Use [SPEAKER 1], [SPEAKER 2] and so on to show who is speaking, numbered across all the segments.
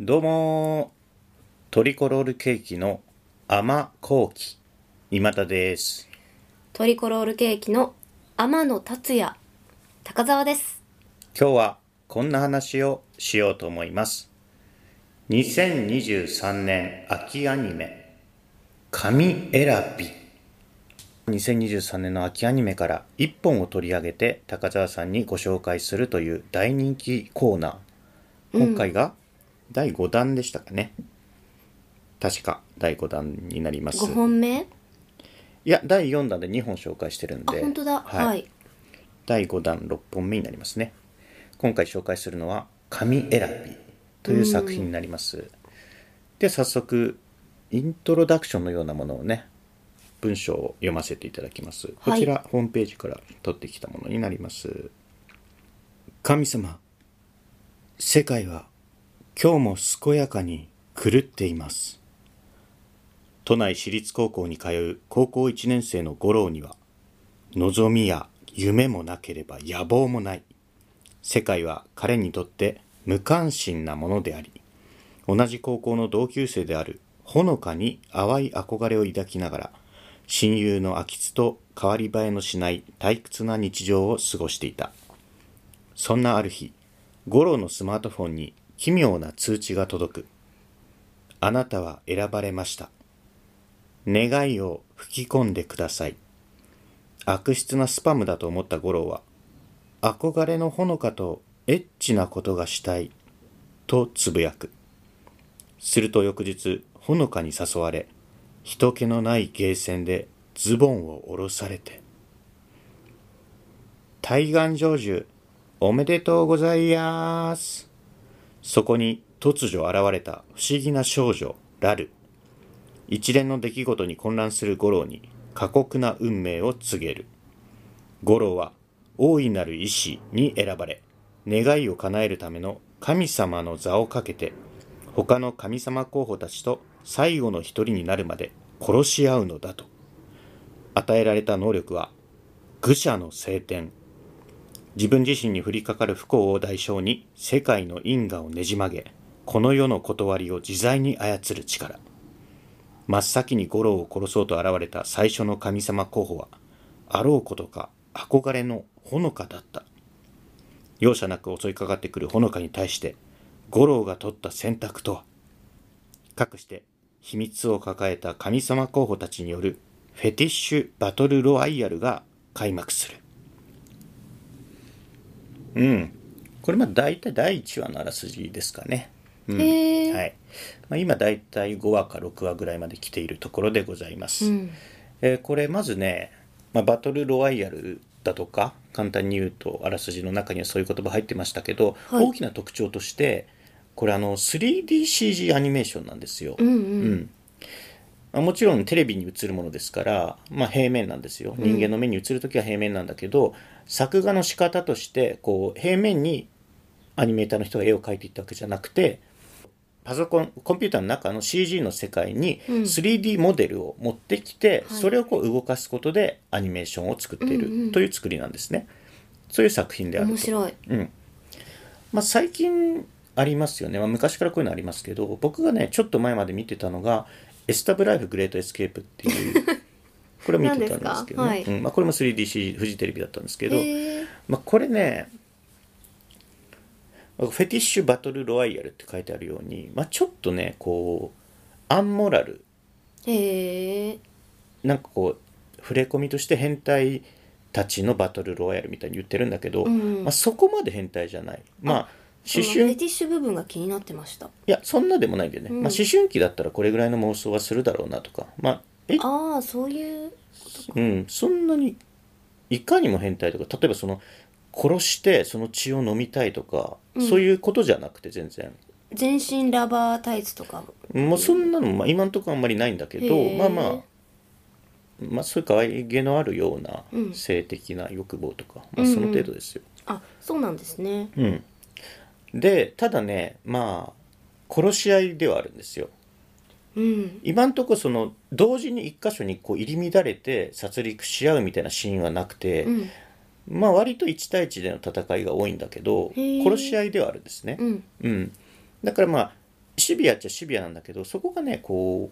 [SPEAKER 1] どうもートリコロールケーキの甘こうき今田です
[SPEAKER 2] トリコロールケーキの天野達也高澤です
[SPEAKER 1] 今日はこんな話をしようと思います2023年秋アニメ神選び2023年の秋アニメから1本を取り上げて高澤さんにご紹介するという大人気コーナー今回が第5弾でしたかね、確か第5弾になります
[SPEAKER 2] 5本目
[SPEAKER 1] いや第4弾で2本紹介してるん
[SPEAKER 2] あ
[SPEAKER 1] で
[SPEAKER 2] 本当だはい、
[SPEAKER 1] 第5弾6本目になりますね今回紹介するのは「神選び」という作品になります、で早速イントロダクションのようなものをね文章を読ませていただきますこちら、ホームページから取ってきたものになります神様世界は今日も健やかに狂っています都内私立高校に通う高校1年生の五郎には望みや夢もなければ野望もない。世界は彼にとって無関心なものであり、同じ高校の同級生であるほのかに淡い憧れを抱きながら、親友の秋津と変わり映えのしない退屈な日常を過ごしていた。そんなある日、五郎のスマートフォンに奇妙な通知が届く。あなたは選ばれました。願いを吹き込んでください。悪質なスパムだと思った五郎は、憧れのほのかとエッチなことがしたい、とつぶやく。すると翌日、ほのかに誘われ、人気のないゲーセンでズボンを下ろされて。対岸成就、おめでとうございやーす。そこに突如現れた不思議な少女、ラル。一連の出来事に混乱する五郎に過酷な運命を告げる五郎は大いなる意志に選ばれ願いを叶えるための神様の座をかけて他の神様候補たちと最後の一人になるまで殺し合うのだと与えられた能力は愚者の聖典自分自身に降りかかる不幸を代償に世界の因果をねじ曲げこの世の断りを自在に操る力真っ先に五郎を殺そうと現れた最初の神様候補は、あろうことか憧れのほのかだった。容赦なく襲いかかってくるほのかに対して、五郎が取った選択とは、かくして秘密を抱えた神様候補たちによるフェティッシュバトルロワイヤルが開幕する。うん。これまあ大体第1話のあらすじですかね。うん
[SPEAKER 2] へー
[SPEAKER 1] はいまあ、今大体5話か6話ぐらいまで来ているところでございます、
[SPEAKER 2] うん
[SPEAKER 1] えーこれまずね、まあ、バトルロワイヤルだとか簡単に言うとあらすじの中にはそういう言葉入ってましたけど、
[SPEAKER 2] はい
[SPEAKER 1] 大きな特徴としてこれあの 3DCG アニメーションなんですよ、
[SPEAKER 2] うん
[SPEAKER 1] う
[SPEAKER 2] うん
[SPEAKER 1] んまあもちろんテレビに映るものですから、まあ、平面なんですよ人間の目に映る時は平面なんだけど、作画の仕方としてこう平面にアニメーターの人が絵を描いていったわけじゃなくてパソコンコンピューターの中の CG の世界に
[SPEAKER 2] うん
[SPEAKER 1] 3D モデルを持ってきて、
[SPEAKER 2] はい
[SPEAKER 1] それをこう動かすことでアニメーションを作ってい
[SPEAKER 2] うんう
[SPEAKER 1] る
[SPEAKER 2] ん
[SPEAKER 1] という作りなんですね。そういう作品である
[SPEAKER 2] 面
[SPEAKER 1] と
[SPEAKER 2] 白い
[SPEAKER 1] うんまあ、最近ありますよね、まあ、昔からこういうのありますけど僕がねちょっと前まで見てたのが「エスタブライフ・グレート・エスケープ」っていう これ見てたんですけどね、
[SPEAKER 2] 何ですか
[SPEAKER 1] うんまあ、これも 3DC フジテレビだったんですけど、
[SPEAKER 2] へえ
[SPEAKER 1] まあ、これねフェティッシュ・バトル・ロワイヤルって書いてあるように、まあ、ちょっとねこうアンモラル
[SPEAKER 2] へえ
[SPEAKER 1] なんかこう触れ込みとして変態たちのバトル・ロワイヤルみたいに言ってるんだけど、
[SPEAKER 2] うん
[SPEAKER 1] まあ、そこまで変態じゃない。まあ
[SPEAKER 2] そ
[SPEAKER 1] 思
[SPEAKER 2] のフ
[SPEAKER 1] 春
[SPEAKER 2] ェティッシュ部分が気になってました
[SPEAKER 1] いやそんなでもないんだよね、
[SPEAKER 2] うん
[SPEAKER 1] まあ、思春期だったらこれぐらいの妄想はするだろうなとかまあえ
[SPEAKER 2] ああそういう
[SPEAKER 1] うんそんなにいかにも変態とか例えばその殺してその血を飲みたいとか、
[SPEAKER 2] うん
[SPEAKER 1] そういうことじゃなくて全然
[SPEAKER 2] 全身ラバータイツとか
[SPEAKER 1] もうそんなのまあ今のところあんまりないんだけど
[SPEAKER 2] へー
[SPEAKER 1] まあまあまあそういう可愛げのあるような
[SPEAKER 2] うん
[SPEAKER 1] 性的な欲望とか、
[SPEAKER 2] う
[SPEAKER 1] ま
[SPEAKER 2] んう
[SPEAKER 1] あ
[SPEAKER 2] ん
[SPEAKER 1] その程度ですよ、
[SPEAKER 2] あそうなんですね
[SPEAKER 1] うん、でただねまあ殺し合いではあるんですよ
[SPEAKER 2] うん
[SPEAKER 1] 今んとこその同時に一箇所にこう入り乱れて殺戮し合うみたいなシーンはなくて、
[SPEAKER 2] うん
[SPEAKER 1] まあ割と1対1での戦いが多いんだけど
[SPEAKER 2] へー
[SPEAKER 1] 殺し合いではあるんですね
[SPEAKER 2] う、ん
[SPEAKER 1] うんだからまあシビアっちゃシビアなんだけどそこがねこ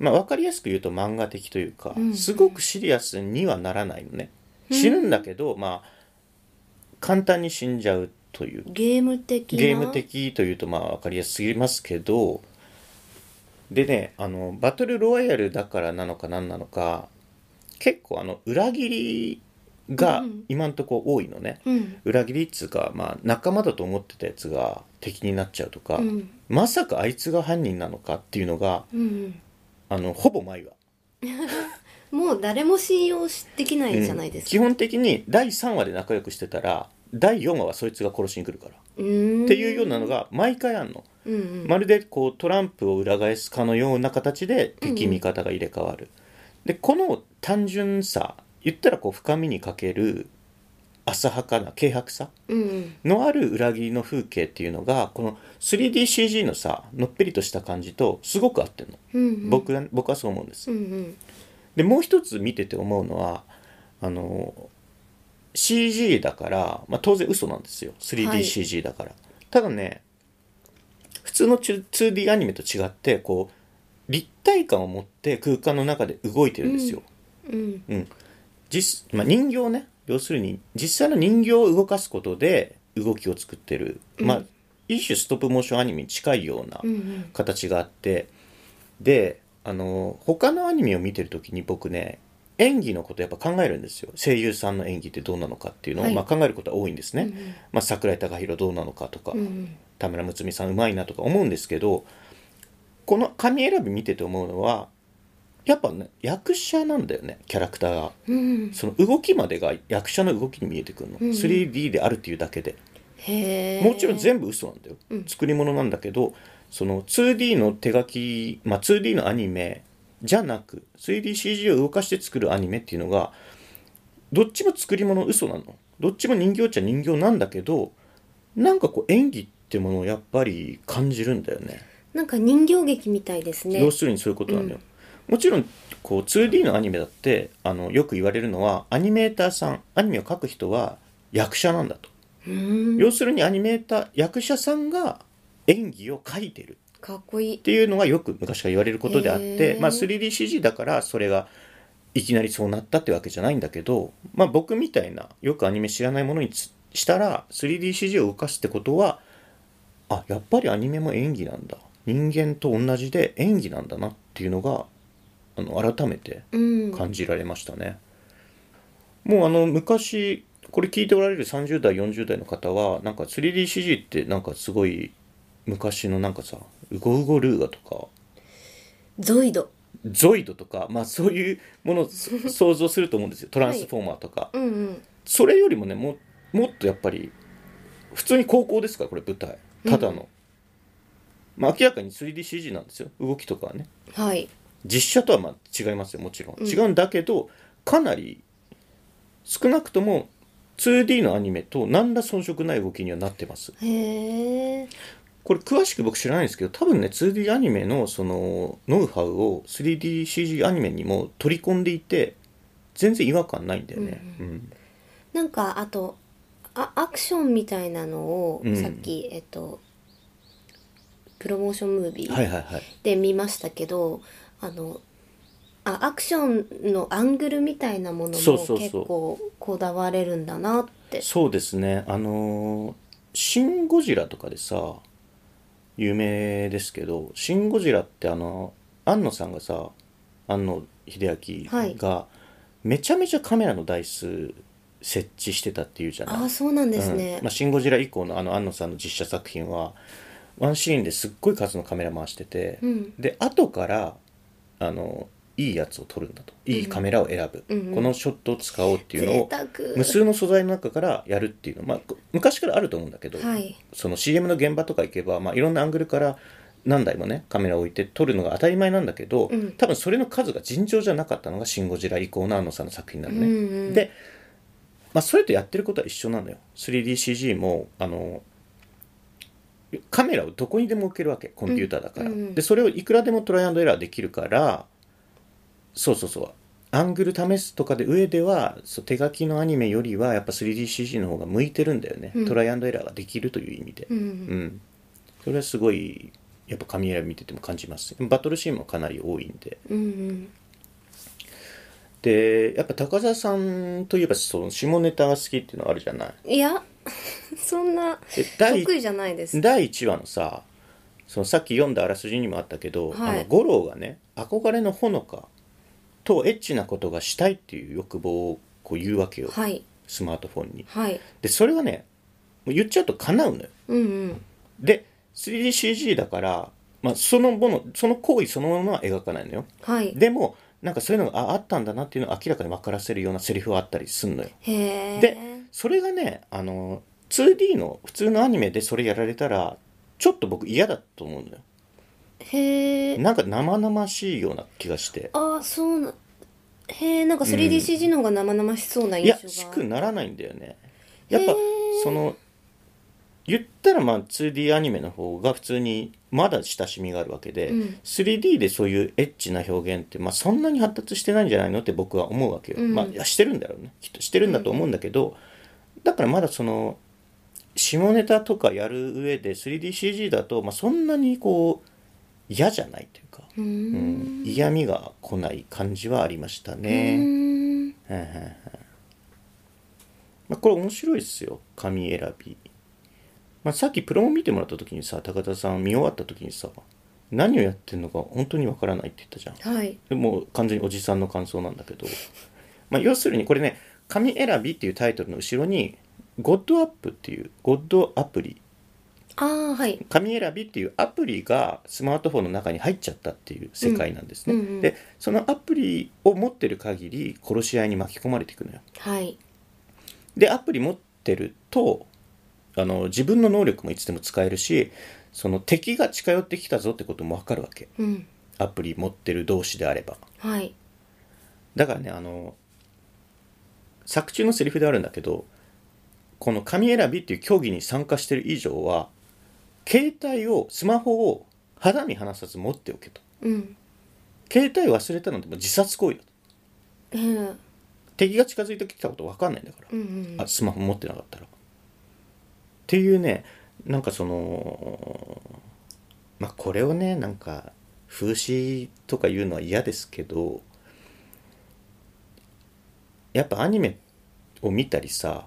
[SPEAKER 1] うまあ分かりやすく言うと漫画的というか、
[SPEAKER 2] うん
[SPEAKER 1] すごくシリアスにはならないのね死ぬんだけど、まあ簡単に死んじゃうという
[SPEAKER 2] ゲーム的な
[SPEAKER 1] ゲーム的というとまあ分かりやすすぎますけどでねあのバトルロワイヤルだからなのか何なのか結構あの裏切りが
[SPEAKER 2] うん
[SPEAKER 1] 今んとこ多いのね、
[SPEAKER 2] うん
[SPEAKER 1] 裏切りっつうか、まあ、仲間だと思ってたやつが敵になっちゃうとか、
[SPEAKER 2] うん
[SPEAKER 1] まさかあいつが犯人なのかっていうのが
[SPEAKER 2] うん
[SPEAKER 1] あのほぼ毎話
[SPEAKER 2] もう誰も信用しできないじゃないです
[SPEAKER 1] 基
[SPEAKER 2] か、
[SPEAKER 1] 本的に第3話で仲良くしてたら第4話はそいつが殺しに来るから、
[SPEAKER 2] うーん、
[SPEAKER 1] っていうようなのが毎回あんの、
[SPEAKER 2] うんうん
[SPEAKER 1] まるでこうトランプを裏返すかのような形で敵味方が入れ替わる、でこの単純さ言ったらこう深みに欠ける浅はかな軽薄さ
[SPEAKER 2] うんうん
[SPEAKER 1] のある裏切りの風景っていうのがこの 3DCG のさのっぺりとした感じとすごく合ってるの、
[SPEAKER 2] うんうん
[SPEAKER 1] 僕は僕はそう思うんです
[SPEAKER 2] うんうん
[SPEAKER 1] でもう一つ見てて思うのはあの CG だから、まあ、当然嘘なんですよ
[SPEAKER 2] はい
[SPEAKER 1] 3DCG だから、ただね普通の 2D アニメと違ってこう立体感を持って空間の中で動いてるんですよ、
[SPEAKER 2] うん
[SPEAKER 1] うん実まあ、人形ね要するに実際の人形を動かすことで動きを作ってる、まあ一種ストップモーションアニメに近いような
[SPEAKER 2] うんうん
[SPEAKER 1] 形があってであの他のアニメを見てる時に僕ね演技のことやっぱ考えるんですよ声優さんの演技ってどうなのかっていうのを、
[SPEAKER 2] はい
[SPEAKER 1] まあ、考えることは多いんですね、
[SPEAKER 2] うんうん
[SPEAKER 1] まあ、桜井貴弘どうなのかとか、
[SPEAKER 2] うん
[SPEAKER 1] 田村睦美さんうまいなとか思うんですけどこの紙選び見てて思うのはやっぱね役者なんだよねキャラクターが
[SPEAKER 2] うん
[SPEAKER 1] その動きまでが役者の動きに見えてくるの、
[SPEAKER 2] うんうん
[SPEAKER 1] 3D であるっていうだけで
[SPEAKER 2] へえ
[SPEAKER 1] もちろん全部嘘なんだよ、
[SPEAKER 2] うん
[SPEAKER 1] 作り物なんだけどその 2D の手書き、まあ、2D のアニメじゃなく 3DCG を動かして作るアニメっていうのがどっちも作り物嘘なのどっちも人形っちゃ人形なんだけどなんかこう演技ってものをやっぱり感じるんだよね
[SPEAKER 2] なんか人形劇みたいですね
[SPEAKER 1] 要するにそういうことなのよ、もちろんこう 2D のアニメだってあのよく言われるのはアニメーターさんアニメを描く人は役者なんだと
[SPEAKER 2] うーん
[SPEAKER 1] 要するにアニメーター役者さんが演技を描いてるっ
[SPEAKER 2] かっこいい
[SPEAKER 1] ていうのがよく昔から言われることであっ
[SPEAKER 2] へ
[SPEAKER 1] て
[SPEAKER 2] ー、
[SPEAKER 1] まあ、3DCG だからそれがいきなりそうなったってわけじゃないんだけど、まあ、僕みたいなよくアニメ知らないものにつしたら 3DCG を動かすってことはあやっぱりアニメも演技なんだ人間と同じで演技なんだなっていうのがあの改めて
[SPEAKER 2] うん
[SPEAKER 1] 感じられましたね。もうあの昔これ聞いておられる30代40代の方はなんか 3DCG ってなんかすごい昔のなんかさウゴウゴルーガとか
[SPEAKER 2] ゾイド
[SPEAKER 1] ゾイドとかまあそういうものを想像すると思うんですよトランスフォーマーとか、
[SPEAKER 2] うんうん
[SPEAKER 1] それよりもねももっとやっぱり普通に高校ですからこれ舞台ただの、まあ明らかに 3DCG なんですよ動きとかはね
[SPEAKER 2] はい
[SPEAKER 1] 実写とはまあ違いますよもちろん
[SPEAKER 2] うん
[SPEAKER 1] 違うんだけど、かなり少なくとも 2D のアニメと何ら遜色ない動きにはなってます
[SPEAKER 2] へえ
[SPEAKER 1] これ詳しく僕知らないんですけど多分ね 2D アニメのそのノウハウを 3DCG アニメにも取り込んでいて全然違和感ないんだよね、うん
[SPEAKER 2] なんかあとあアクションみたいなのを、
[SPEAKER 1] うん
[SPEAKER 2] さっきえっとプロモーションムービ
[SPEAKER 1] はい
[SPEAKER 2] ー
[SPEAKER 1] はいはい
[SPEAKER 2] で見ましたけど、あのあアクションのアングルみたいなものも結
[SPEAKER 1] そうそうそう
[SPEAKER 2] 構こだわれるんだなって
[SPEAKER 1] そうですねあのーシン・ゴジラ」とかでさ有名ですけど「シン・ゴジラ」ってあの庵野さんがさ庵野秀明が、めちゃめちゃカメラの台数設置してたっていうじゃない
[SPEAKER 2] ああそうなんです
[SPEAKER 1] う
[SPEAKER 2] ね
[SPEAKER 1] んまあ、シン・ゴジラ以降のあの庵野さんの実写作品はワンシーンですっごい数のカメラ回してて、
[SPEAKER 2] うん
[SPEAKER 1] で後からあのいいやつを撮るんだといいカメラを選ぶ、
[SPEAKER 2] うんうん
[SPEAKER 1] このショットを使おうっていうの
[SPEAKER 2] 贅
[SPEAKER 1] を
[SPEAKER 2] 沢
[SPEAKER 1] 無数の素材の中からやるっていうの、まあ、こ昔からあると思うんだけど、
[SPEAKER 2] はい
[SPEAKER 1] その CM の現場とか行けば、まあ、いろんなアングルから何台もねカメラを置いて撮るのが当たり前なんだけど、
[SPEAKER 2] うん
[SPEAKER 1] 多分それの数が尋常じゃなかったのが「シン・ゴジラ」以降の安野さんの作品なのね。
[SPEAKER 2] うんうん
[SPEAKER 1] で、まあ、それとやってることは一緒なのよ 3DCG もあのカメラをどこにでも置けるわけコンピューターだから、
[SPEAKER 2] うんうん
[SPEAKER 1] でそれをいくらでもトライアンドエラーできるからそうそうそうアングル試すとかで上ではそう手書きのアニメよりはやっぱ 3DCG の方が向いてるんだよね、
[SPEAKER 2] うん
[SPEAKER 1] トライアンドエラーができるという意味で、
[SPEAKER 2] うんう
[SPEAKER 1] うんんそれはすごいやっぱ神選び見てても感じますバトルシーンもかなり多いんで
[SPEAKER 2] うん
[SPEAKER 1] でやっぱ高澤さんといえばその下ネタが好きっていうのはあるじゃない
[SPEAKER 2] うんいや そんな
[SPEAKER 1] え第一
[SPEAKER 2] 得意じゃないです
[SPEAKER 1] 第1話のさそのさっき読んだあらすじにもあったけど、
[SPEAKER 2] はい
[SPEAKER 1] あの五郎がね憧れのほのかとエッチなことがしたいっていう欲望をこう言うわけよ、
[SPEAKER 2] はい
[SPEAKER 1] スマートフォンに
[SPEAKER 2] はい
[SPEAKER 1] でそれはねもう言っちゃうと叶うのよ
[SPEAKER 2] うんうん
[SPEAKER 1] で 3DCG だから、まあ、そのものその行為そのものは描かないのよ
[SPEAKER 2] はい
[SPEAKER 1] でもなんかそういうのがああったんだなっていうのを明らかに分からせるようなセリフはあったりすんのよ
[SPEAKER 2] へえ
[SPEAKER 1] でそれがねあの 2D の普通のアニメでそれやられたらちょっと僕嫌だと思うのよ
[SPEAKER 2] へえ
[SPEAKER 1] なんか生々しいような気がして
[SPEAKER 2] ああそうなへえなんか 3DCG の方が生々しそうない印象
[SPEAKER 1] や
[SPEAKER 2] が、
[SPEAKER 1] しくならないんだよねやっぱ
[SPEAKER 2] へー
[SPEAKER 1] その言ったらまあ 2D アニメの方が普通にまだ親しみがあるわけで、
[SPEAKER 2] うん
[SPEAKER 1] 3D でそういうエッチな表現って、まあ、そんなに発達してないんじゃないのって僕は思うわけよ、
[SPEAKER 2] うん
[SPEAKER 1] まあいやしてるんだろうねきっとしてるんだと思うんだけど、だからまだその下ネタとかやる上で 3DCG だと、まあ、そんなにこう嫌じゃないというか、
[SPEAKER 2] うー
[SPEAKER 1] うん
[SPEAKER 2] ん
[SPEAKER 1] 嫌味が来ない感じはありました
[SPEAKER 2] うー
[SPEAKER 1] ね。
[SPEAKER 2] ん
[SPEAKER 1] はいはいはいまあ、これ面白いですよ紙選び、まあ、さっきプロモ見てもらった時にさ高田さん見終わった時にさ何をやってんのか本当にわからないって言ったじゃん
[SPEAKER 2] はい
[SPEAKER 1] でもう完全におじさんの感想なんだけど、まあ、要するにこれね「紙選び」っていうタイトルの後ろに「ゴッドアップ」っていうゴッドアプリ
[SPEAKER 2] ああはい
[SPEAKER 1] 紙選びっていうアプリがスマートフォンの中に入っちゃったっていう世界なんですね、
[SPEAKER 2] うんうんうん
[SPEAKER 1] でそのアプリを持ってる限り殺し合いに巻き込まれていくのよ
[SPEAKER 2] はい
[SPEAKER 1] でアプリ持ってるとあの自分の能力もいつでも使えるしその敵が近寄ってきたぞってことも分かるわけ
[SPEAKER 2] うん
[SPEAKER 1] アプリ持ってる同士であれば
[SPEAKER 2] はい
[SPEAKER 1] だからねあの作中のセリフであるんだけどこの紙選びっていう競技に参加してる以上は携帯をスマホを肌身離さず持っておけと
[SPEAKER 2] うん
[SPEAKER 1] 携帯忘れたのでも自殺行為だと
[SPEAKER 2] へえ
[SPEAKER 1] 敵が近づいてきたこと分かんないんだから
[SPEAKER 2] うんうん
[SPEAKER 1] あスマホ持ってなかったら。っていうねなんかそのまあこれをねなんか風刺とか言うのは嫌ですけどやっぱアニメを見たりさ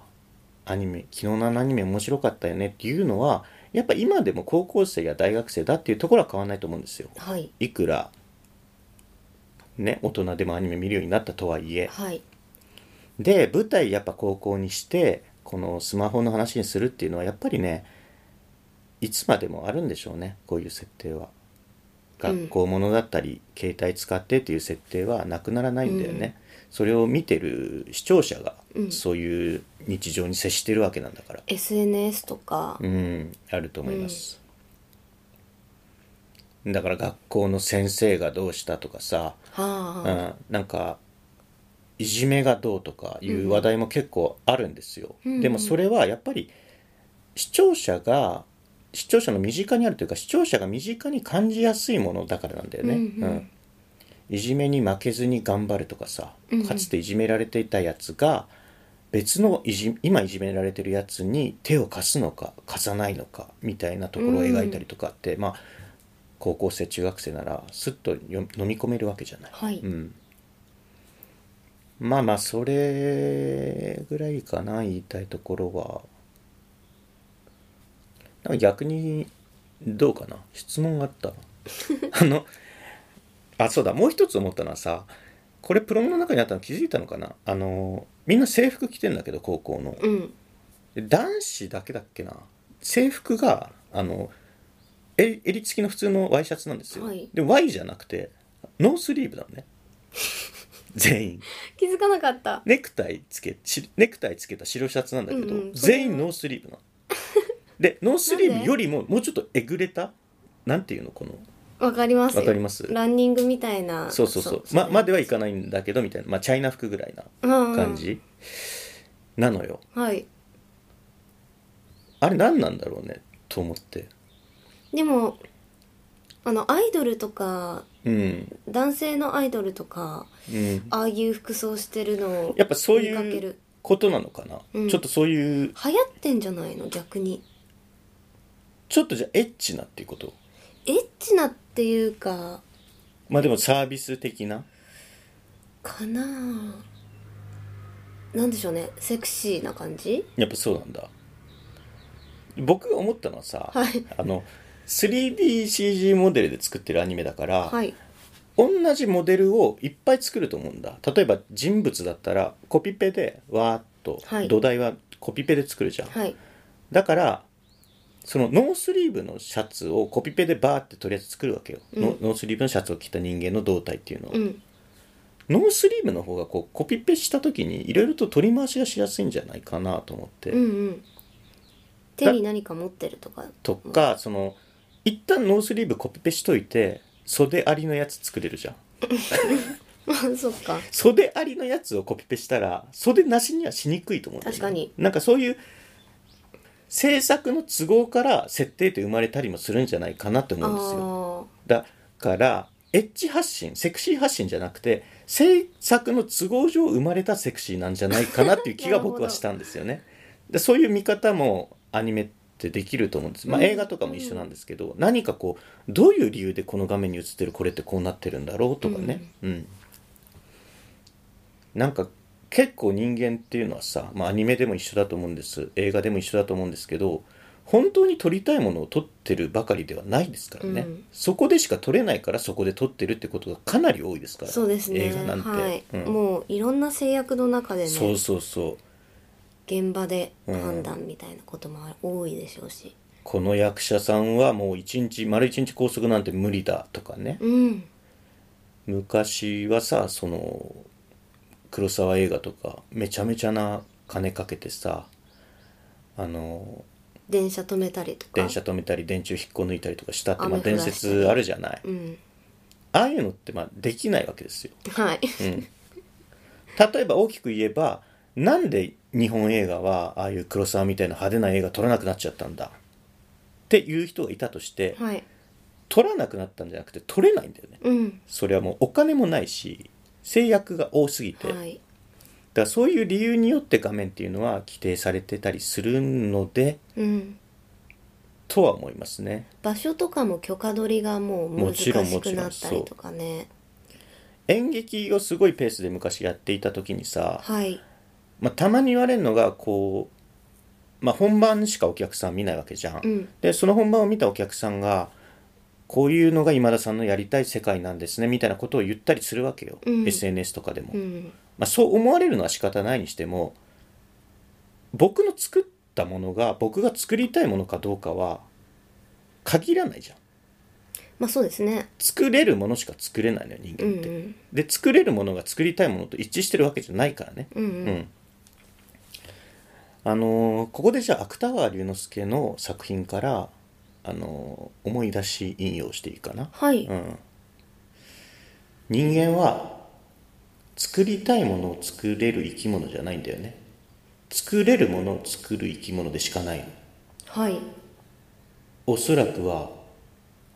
[SPEAKER 1] アニメ昨日のあのアニメ面白かったよねっていうのはやっぱ今でも高校生や大学生だっていうところは変わらないと思うんですよ。
[SPEAKER 2] はい
[SPEAKER 1] いくらね大人でもアニメ見るようになったとはいえ。
[SPEAKER 2] はい
[SPEAKER 1] で舞台やっぱ高校にしてこのスマホの話にするっていうのはやっぱりねいつまでもあるんでしょうねこういう設定は
[SPEAKER 2] うん
[SPEAKER 1] 学校ものだったり、携帯使ってっていう設定はなくならないんだよね、それを見てる視聴者が
[SPEAKER 2] うん
[SPEAKER 1] そういう日常に接してるわけなんだから
[SPEAKER 2] SNS とか
[SPEAKER 1] うん、あると思います、だから学校の先生がどうしたとかさう
[SPEAKER 2] はあ
[SPEAKER 1] ん、なんかいじめがどうとかいう話題も結構あるんですよ、
[SPEAKER 2] うん
[SPEAKER 1] でもそれはやっぱり視聴者が視聴者の身近にあるというか視聴者が身近に感じやすいものだからなんだよね、
[SPEAKER 2] うんうん
[SPEAKER 1] いじめに負けずに頑張るとかさ
[SPEAKER 2] うんうん
[SPEAKER 1] かつていじめられていたやつが別のいじ今いじめられてるやつに手を貸すのか貸さないのかみたいなところを描いたりとかって、まあ高校生中学生ならすっとよ飲み込めるわけじゃない。
[SPEAKER 2] はい
[SPEAKER 1] うん、まあまあそれぐらいかな言いたいところはなんか逆にどうかな質問があった あのあそうだもう一つ思ったのはさこれプロモの中にあったの気づいたのかなあのみんな制服着てんだけど高校の
[SPEAKER 2] うん
[SPEAKER 1] で男子だけだっけな制服があのえ襟付きの普通のワイシャツなんですよ、
[SPEAKER 2] はい
[SPEAKER 1] で Y じゃなくてノースリーブなの ね全員
[SPEAKER 2] 気づかなかった
[SPEAKER 1] ネクタイつけしネクタイつけた白シャツなんだけど、
[SPEAKER 2] うんうん
[SPEAKER 1] 全員ノースリーブなのでノースリー
[SPEAKER 2] なん
[SPEAKER 1] ブ
[SPEAKER 2] で
[SPEAKER 1] よりももうちょっとえぐれたなんていうのこの
[SPEAKER 2] わかりますよ
[SPEAKER 1] わかります
[SPEAKER 2] ランニングみたいな
[SPEAKER 1] そうそうそうままではいかないんだけどみたいな、まあ、チャイナ服ぐらいな感
[SPEAKER 2] 感
[SPEAKER 1] じ、なのよ
[SPEAKER 2] はい
[SPEAKER 1] あれ何なんだろうねと思って
[SPEAKER 2] でもあのアイドルとか
[SPEAKER 1] うん
[SPEAKER 2] 男性のアイドルとか
[SPEAKER 1] うん
[SPEAKER 2] ああいう服装してるのを
[SPEAKER 1] やっぱそうい
[SPEAKER 2] 見かけ
[SPEAKER 1] う
[SPEAKER 2] る
[SPEAKER 1] ことなのかな、
[SPEAKER 2] うん
[SPEAKER 1] ちょっとそういう
[SPEAKER 2] 流行ってんじゃないの逆に
[SPEAKER 1] ちょっとじゃあエッチなっていうこと
[SPEAKER 2] エッチなっていうか
[SPEAKER 1] まあでもサービス的な
[SPEAKER 2] かなあなんでしょうねセクシーな感じ
[SPEAKER 1] やっぱそうなんだ僕が思ったのはさ、
[SPEAKER 2] はい
[SPEAKER 1] あの 3DCG モデルで作ってるアニメだから、
[SPEAKER 2] はい
[SPEAKER 1] 同じモデルをいっぱい作ると思うんだ例えば人物だったらコピペでわーっと、
[SPEAKER 2] はい
[SPEAKER 1] 土台はコピペで作るじゃん、
[SPEAKER 2] はい
[SPEAKER 1] だからそのノースリーブのシャツをコピペでバーってとりあえず作るわけよ、
[SPEAKER 2] うん
[SPEAKER 1] ノノースリーブのシャツを着た人間の胴体っていうのを、
[SPEAKER 2] うん
[SPEAKER 1] ノースリーブの方がこうコピペした時にいろいろと取り回しがしやすいんじゃないかなと思って、
[SPEAKER 2] うんうん手に何か持ってるとか
[SPEAKER 1] とかその一旦ノースリーブコピペしといて袖ありのやつ作れるじゃん
[SPEAKER 2] まあそっか
[SPEAKER 1] 袖ありのやつをコピペしたら袖なしにはしにくいと思うんだよね
[SPEAKER 2] 確かに
[SPEAKER 1] なんかそういう制作の都合から設定って生まれたりもするんじゃないかなと思うんですよ
[SPEAKER 2] あ
[SPEAKER 1] だからエッジ発信セクシー発信じゃなくて制作の都合上生まれたセクシーなんじゃないかなっていう気が
[SPEAKER 2] なるほど
[SPEAKER 1] 僕はしたんですよねでそういう見方もアニメってできると思うんです、まあ、
[SPEAKER 2] うん
[SPEAKER 1] 映画とかも一緒なんですけど、何かこうどういう理由でこの画面に映ってるこれってこうなってるんだろうとかね、うんなんか結構人間っていうのはさ、まあ、アニメでも一緒だと思うんです映画でも一緒だと思うんですけど本当に撮りたいものを撮ってるばかりではないですからね、
[SPEAKER 2] うん
[SPEAKER 1] そこでしか撮れないからそこで撮ってるってことがかなり多いですか
[SPEAKER 2] あ
[SPEAKER 1] ら
[SPEAKER 2] そうですね
[SPEAKER 1] 映画なんて、
[SPEAKER 2] はい、
[SPEAKER 1] うん
[SPEAKER 2] もういろんな制約の中でね
[SPEAKER 1] そうそうそう
[SPEAKER 2] 現場で
[SPEAKER 1] うん
[SPEAKER 2] 判断みたいなこともある多いでしょうし
[SPEAKER 1] この役者さんはもう一日丸一日拘束なんて無理だとかね、
[SPEAKER 2] うん
[SPEAKER 1] 昔はさその黒沢映画とかめちゃめちゃな金かけてさあの
[SPEAKER 2] 電車止めたりとか
[SPEAKER 1] 電車止めたり電柱引っこ抜いたりとかしたって、まあ、
[SPEAKER 2] 雨降
[SPEAKER 1] 伝
[SPEAKER 2] らしたり
[SPEAKER 1] 説あるじゃない
[SPEAKER 2] うん
[SPEAKER 1] ああいうのってまあできないわけですよ
[SPEAKER 2] はい
[SPEAKER 1] 例えば大きく言えばなんで日本映画はああいう黒沢みたいな派手な映画撮らなくなっちゃったんだっていう人がいたとして
[SPEAKER 2] はい
[SPEAKER 1] 撮らなくなったんじゃなくて撮れないんだよね
[SPEAKER 2] うん
[SPEAKER 1] それはもうお金もないし制約が多すぎて、
[SPEAKER 2] はい
[SPEAKER 1] だからそういう理由によって画面っていうのは規定されてたりするので
[SPEAKER 2] うん
[SPEAKER 1] とは思いますね
[SPEAKER 2] 場所とかも許可取りがもう
[SPEAKER 1] も
[SPEAKER 2] 難
[SPEAKER 1] ちろん
[SPEAKER 2] しくな
[SPEAKER 1] も
[SPEAKER 2] っ
[SPEAKER 1] ちろ
[SPEAKER 2] た
[SPEAKER 1] んそう
[SPEAKER 2] りとかね
[SPEAKER 1] 演劇をすごいペースで昔やっていた時にさ、
[SPEAKER 2] はい
[SPEAKER 1] まあ、たまに言われるのがこう、まあ、本番しかお客さん見ないわけじゃん、
[SPEAKER 2] うん
[SPEAKER 1] でその本番を見たお客さんがこういうのが今田さんのやりたい世界なんですねみたいなことを言ったりするわけよ、
[SPEAKER 2] うん
[SPEAKER 1] SNS とかでも、
[SPEAKER 2] うん
[SPEAKER 1] まあ、そう思われるのは仕方ないにしても僕の作ったものが僕が作りたいものかどうかは限らないじゃん
[SPEAKER 2] まあそうですね
[SPEAKER 1] 作れるものしか作れないのよ人
[SPEAKER 2] うん
[SPEAKER 1] 間って、で作れるものが作りたいものと一致してるわけじゃないからね
[SPEAKER 2] うんうん
[SPEAKER 1] うん、あのーここでじゃあ芥川龍之介の作品から、あのー思い出し引用していいかな
[SPEAKER 2] はい、
[SPEAKER 1] うん、人間は作りたいものを作れる生き物じゃないんだよね作れるものを作る生き物でしかないの
[SPEAKER 2] はい
[SPEAKER 1] おそらくは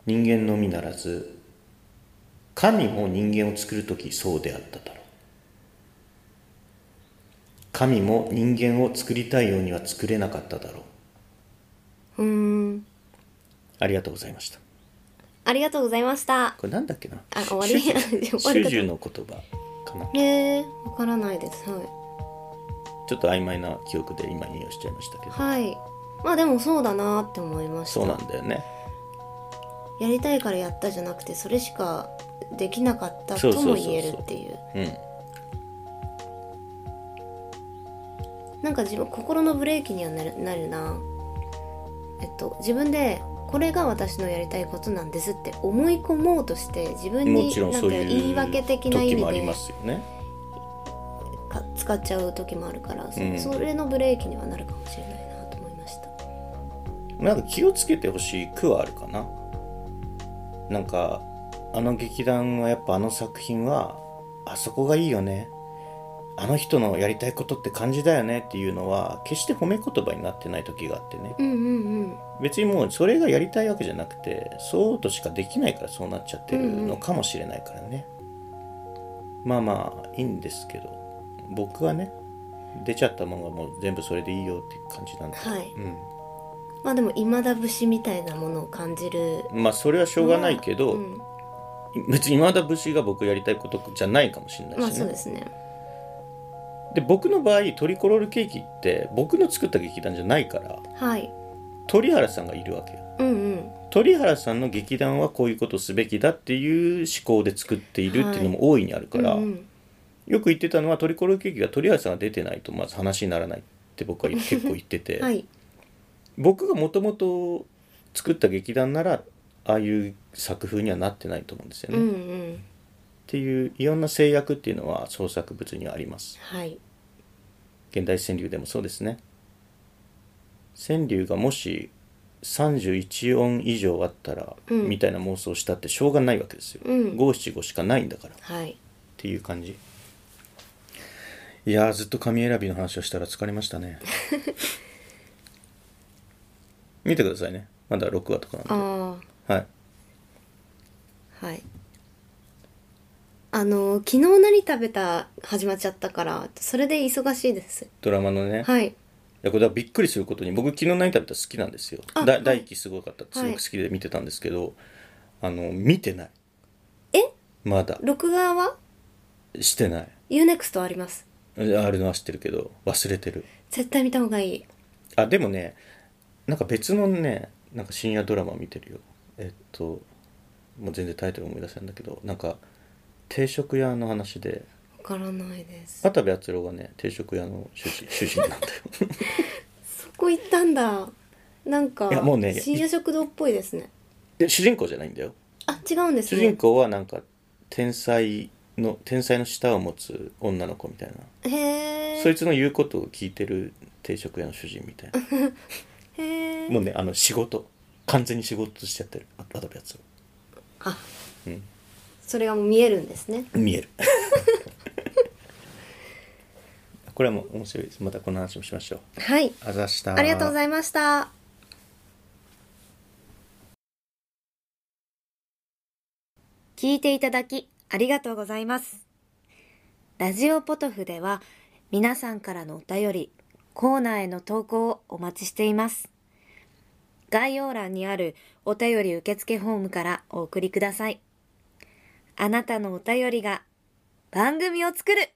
[SPEAKER 1] 人間のみならず神も人間を作る時そうであっただろう神も人間を作りたいようには作れなかっただろう
[SPEAKER 2] うーん
[SPEAKER 1] ありがとうございました
[SPEAKER 2] ありがとうございました
[SPEAKER 1] これなんだっけな
[SPEAKER 2] あ 終わり
[SPEAKER 1] シュジュ
[SPEAKER 2] 終わり
[SPEAKER 1] シ
[SPEAKER 2] 方
[SPEAKER 1] ュジュの言葉かな
[SPEAKER 2] へえわからないですはい
[SPEAKER 1] ちょっと曖昧な記憶で今引用しちゃいましたけど、
[SPEAKER 2] はいまあでもそうだなって思いました
[SPEAKER 1] そうなんだよね
[SPEAKER 2] やりたいからやったじゃなくてそれしかできなかった
[SPEAKER 1] そうそ
[SPEAKER 2] と
[SPEAKER 1] うそうそう
[SPEAKER 2] も言えるっていう
[SPEAKER 1] うん
[SPEAKER 2] なんか自分心のブレーキにはなるなるなえっと自分でこれが私のやりたいことなんですって思い込もうとして自分
[SPEAKER 1] も
[SPEAKER 2] に
[SPEAKER 1] ちろん
[SPEAKER 2] なん
[SPEAKER 1] そ
[SPEAKER 2] か
[SPEAKER 1] ういう
[SPEAKER 2] 言い訳的な意
[SPEAKER 1] 時もあ
[SPEAKER 2] 味
[SPEAKER 1] りま
[SPEAKER 2] です
[SPEAKER 1] よね
[SPEAKER 2] か使っちゃう時もあるから、そ
[SPEAKER 1] うん
[SPEAKER 2] それのブレーキにはなるかもしれないなと思いました
[SPEAKER 1] なんか気をつけてほしい句はあるかななんかあの劇団はやっぱあの作品はあそこがいいよねあの人のやりたいことって感じだよねっていうのは決して褒め言葉になってない時があってね
[SPEAKER 2] うんうんうん
[SPEAKER 1] 別にもうそれがやりたいわけじゃなくてそうとしかできないからそうなっちゃってるのかもしれないからね、まあまあいいんですけど僕はね出ちゃったものがもう全部それでいいよっていう感じなんで、
[SPEAKER 2] はい
[SPEAKER 1] うん、
[SPEAKER 2] まあでも今だ節みたいなものを感じる
[SPEAKER 1] まあそれはしょうがないけど、
[SPEAKER 2] うん
[SPEAKER 1] 別に今田節が僕やりたいことじゃないかもしれないしね、
[SPEAKER 2] まあそうですね
[SPEAKER 1] で僕の場合トリコロールケーキって僕の作った劇団じゃないから
[SPEAKER 2] はい
[SPEAKER 1] 鳥原さんがいるわけよ
[SPEAKER 2] うんうん
[SPEAKER 1] 鳥原さんの劇団はこういうことをすべきだっていう思考で作っているっていうのも大いにあるから、
[SPEAKER 2] うんうん
[SPEAKER 1] よく言ってたのはトリコロールケーキが鳥原さんが出てないとまず話にならないって僕は結構言ってて、
[SPEAKER 2] はい
[SPEAKER 1] 僕がもともと作った劇団ならああいう作風にはなってないと思うんですよね。
[SPEAKER 2] うん
[SPEAKER 1] っ
[SPEAKER 2] うん
[SPEAKER 1] ていういろんな制約っていうのは創作物にはあります。
[SPEAKER 2] はい
[SPEAKER 1] 現代川柳でもそうですね川柳がもし31音以上あったら、
[SPEAKER 2] うん
[SPEAKER 1] みたいな妄想したってしょうがないわけですよ、
[SPEAKER 2] うん
[SPEAKER 1] 五七五しかないんだからっ
[SPEAKER 2] はい
[SPEAKER 1] ていう感じいやーずっと紙選びの話をしたら疲れました ね見てくださいねまだ6話とかなんで
[SPEAKER 2] あ
[SPEAKER 1] はい
[SPEAKER 2] あはいあの昨日何食べた始まっちゃったからそれで忙しいです
[SPEAKER 1] ドラマのね、い、
[SPEAKER 2] はい
[SPEAKER 1] やこれはびっくりすることに僕昨日何食べた好きなんですよ
[SPEAKER 2] あは
[SPEAKER 1] だ
[SPEAKER 2] い
[SPEAKER 1] 第一期すごかったすごく好きで見てたんですけど、あの見てない
[SPEAKER 2] え
[SPEAKER 1] まだ
[SPEAKER 2] 録画は
[SPEAKER 1] してない
[SPEAKER 2] UNEXT あります
[SPEAKER 1] あるのは知ってるけど忘れてる
[SPEAKER 2] 絶対見た方がいい
[SPEAKER 1] あでもねなんか別のねなんか深夜ドラマ見てるよえっともう全然タイトル思い出せないんだけどなんか定食屋の話で
[SPEAKER 2] わからないです
[SPEAKER 1] 渡部篤郎がね定食屋の主人主人 なんだよ
[SPEAKER 2] そこ行ったんだなんか
[SPEAKER 1] いやもうね
[SPEAKER 2] 深夜食堂っぽいですね
[SPEAKER 1] で主人公じゃないんだよ
[SPEAKER 2] あ違うんです
[SPEAKER 1] 主
[SPEAKER 2] ね
[SPEAKER 1] 人公はなんか天才の天才の舌を持つ女の子みたいな
[SPEAKER 2] へえ
[SPEAKER 1] そいつの言うことを聞いてる定食屋の主人みたいな
[SPEAKER 2] へえ
[SPEAKER 1] もうねあの仕事完全に仕事しちゃってる渡部篤郎
[SPEAKER 2] あ
[SPEAKER 1] うん
[SPEAKER 2] それがもう見えるんですね
[SPEAKER 1] 見え るこれはもう面白いですまたこの話もしましょう
[SPEAKER 2] はい
[SPEAKER 1] あざした
[SPEAKER 2] ありがとうございました聞いていただきありがとうございますラジオポトフでは皆さんからのお便りコーナーへの投稿をお待ちしています概要欄にあるお便り受付フォームからお送りくださいあなたのお便りが番組を作る